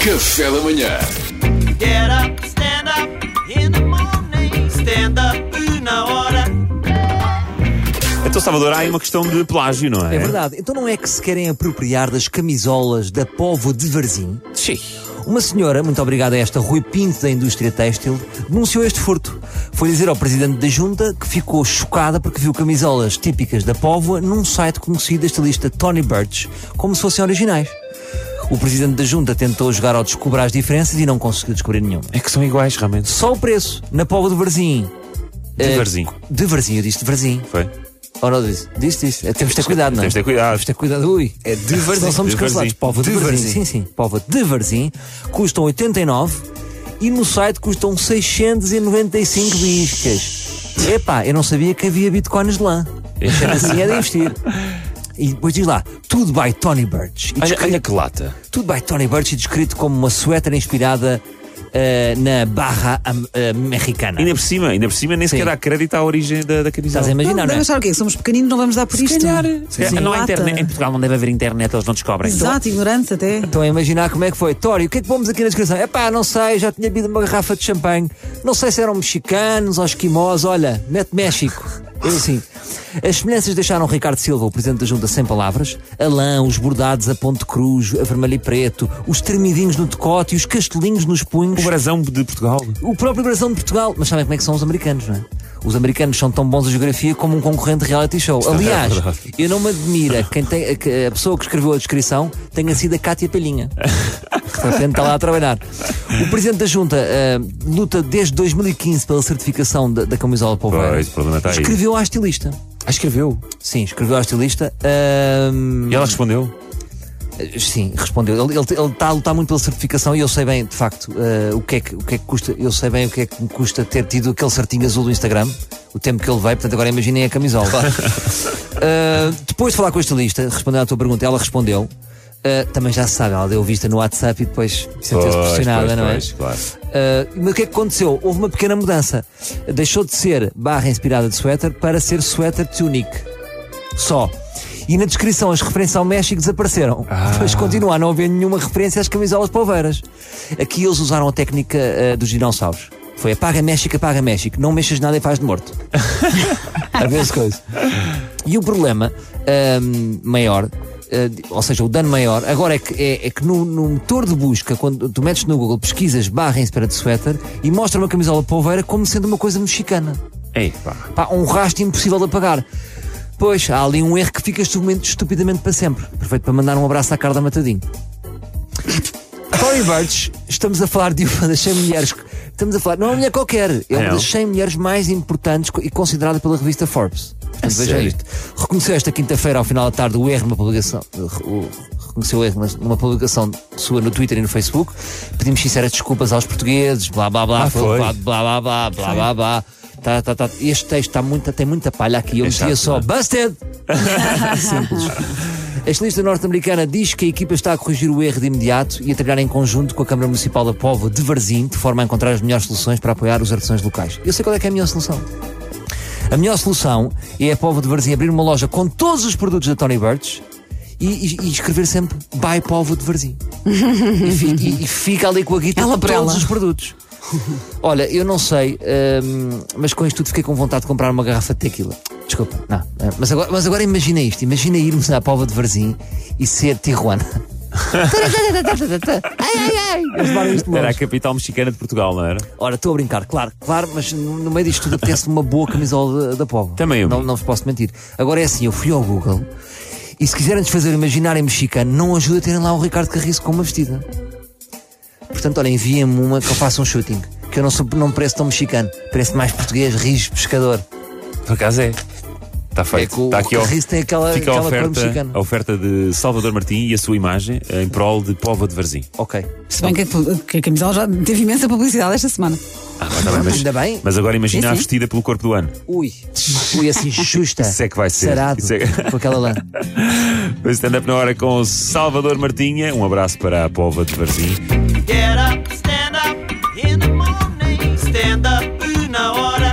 Café da manhã. Get up, stand up in the morning. Stand up na hora. Então, Salvador, há aí uma questão de plágio, não é? É verdade. Então não é que se querem apropriar das camisolas da povo de Varzim? Sim. Uma senhora, muito obrigada a esta Rui Pinto da indústria têxtil, denunciou este furto. Foi dizer ao presidente da junta que ficou chocada porque viu camisolas típicas da Póvoa num site conhecido da estilista Tony Birch, como se fossem originais. O presidente da junta tentou jogar ao descobrir as diferenças e não conseguiu descobrir nenhuma. É que são iguais, realmente. Só o preço, na Póvoa de Varzim. De Eh, Varzim. De Varzim, eu disse de Varzim. Foi? Oh, não, disse, disse, disse. Eh, Temos de ter cuidado, não é? Tens de ter cuidado. Temos de ter cuidado, ui. É de Varzim. Nós somos De cancelados. Varzim. Póvoa de, De Varzim. Varzim. Sim, sim. Póvoa de Varzim. Custam 89 e no site custam 695 biscas. Epá, eu não sabia que havia bitcoins de lã. Sendo assim é de investir. E depois diz lá, tudo by Tony Birch. E Olha, descreve- olha que lata. tudo by Tony Birch e descrito como uma suéter inspirada eh, na barra am- eh, mexicana. Ainda por cima, ainda por cima, nem sequer Sim. dá crédito à origem da, da camisola. Estás a Não, imaginar, não, devem é? achar Então, o quê? Que somos pequeninos, não vamos dar por isto. Se calhar é, não há internet. então. Em Portugal não deve haver internet, eles não descobrem. Exato, ignorantes até. Estão a imaginar como é que foi. Tório, o que é que pomos aqui na descrição? Epá, não sei, já tinha bebido uma garrafa de champanhe. Não sei se eram mexicanos ou esquimós. Olha, mete México. Eu assim. As semelhanças deixaram Ricardo Silva, o presidente da junta, sem palavras. A lã, os bordados a ponto cruz, a vermelho e preto, os tremidinhos no decote e os castelinhos nos punhos. O brasão de Portugal. O próprio Brasão de Portugal. Mas sabem como é que são os americanos, não é? Os americanos são tão bons a geografia como um concorrente de reality show. é Aliás, eu não me admira que quem tem, que a pessoa que escreveu a descrição tenha sido a Cátia Palhinha. De repente está lá a trabalhar. O presidente da junta eh, luta desde 2015 pela certificação da, da camisola para Pois, o problema está aí. Escreveu à estilista. Ah, escreveu. Sim, escreveu à estilista. ehm, ahm, E ela respondeu. Sim, respondeu. Ele, ele- ele está a lutar muito pela certificação e eu sei bem, de facto, eh, o, que é que, o que é que custa. Eu sei bem o que é que me custa ter tido aquele certinho azul do Instagram, o tempo que ele veio, portanto agora imaginem a camisola. Eh, depois de falar com a estilista, respondendo à tua pergunta, ela respondeu. eh, também já se sabe, ela deu vista no WhatsApp e depois Pois, sentiu-se pressionada, pois, não é? pois, claro. Uh, mas o que é que aconteceu? Houve uma pequena mudança. Deixou de ser barra inspirada de suéter para ser suéter tunic. Só. E na descrição as referências ao México desapareceram. Mas continua a não haver nenhuma referência às camisolas polveiras. Aqui eles usaram a técnica uh, dos dinossauros. Foi apaga México, apaga México. Não mexas nada e faz de morto. a ver coisa. E o problema ahm, maior, ah, de- ou seja, o dano maior, agora é que, é, é que no, no motor de busca, quando tu metes no Google, pesquisas barra em espera de suéter e mostra uma camisola polveira como sendo uma coisa mexicana. Ei, pá. Pá, um rastro impossível de apagar. Pois, há ali um erro que fica estupidamente, estupidamente para sempre. Aproveito para mandar um abraço à Carla Matadinho. Tony Birch, estamos a falar de uma das 100 mulheres. que- Estamos a falar, não é uma mulher qualquer, é uma Não. das 100 mulheres mais importantes co- e considerada pela revista Forbes. Portanto, vejam sério? isto. Reconheceu esta quinta-feira, ao final da tarde, o erro numa publicação. o- reconheceu o erro nas- numa publicação sua no Twitter e no Facebook. Pedimos sinceras desculpas aos portugueses, blá blá blá, Ah, foi. blá blá blá blá blá blá blá. Tá, tá, tá. Este texto tá muita, tem muita palha aqui. Eu É metia chato, só não é? Busted! Simples. A estilista norte-americana diz que a equipa está a corrigir o erro de imediato e a trabalhar em conjunto com a Câmara Municipal da Povo de Varzim, de forma a encontrar as melhores soluções para apoiar os artesãos locais. Eu sei qual é que é a melhor solução. A melhor solução é a Povo de Varzim abrir uma loja com todos os produtos da Tony Birch e, e- e escrever sempre Buy Povo de Varzim. e, fi- e- e fica ali com a guita Ela de por todos ela. os produtos. Olha, eu não sei, hum, mas com isto tudo fiquei com vontade de comprar uma garrafa de tequila. Desculpa, não. é, Mas agora, mas agora imagina isto: imagina irmos à Póvoa de Varzim e ser Tijuana. ai, ai, ai! Eles levaram isto longe. Era a capital mexicana de Portugal, não era? Ora, estou a brincar, claro, claro, mas no no meio disto tudo apetece uma boa camisola da, da Póvoa. Também eu vi. não, não vos posso mentir. Agora é assim, eu fui ao Google e se quiserem desfazer o imaginário mexicano, não ajuda a terem lá o Ricardo Carriço com uma vestida. Portanto, olha, enviem-me uma que eu faça um shooting. Que eu não, sou, não pareço tão mexicano, parece mais português, rijo, pescador. Por acaso é. Está É que feito. o Está tá aqui, ó. Carriço tem aquela, Fica a aquela cor oferta, mexicana. a oferta de Salvador Martim e a sua imagem eh, em prol de Póvoa de Varzim. Ok. Se bem que a, que a camisola já teve imensa publicidade esta semana. Ah, mas, tá bem, mas- Ainda bem. mas agora imagina Sim, a sim. vestida pelo corpo do ano. Ui, ui, assim justa. Isso é que vai ser. Sarado, Isso é que- com aquela lã. O stand-up na hora com o Salvador Martinha. Um abraço para a Póvoa de Varzim. Get up, stand up in the morning. Stand up na hora.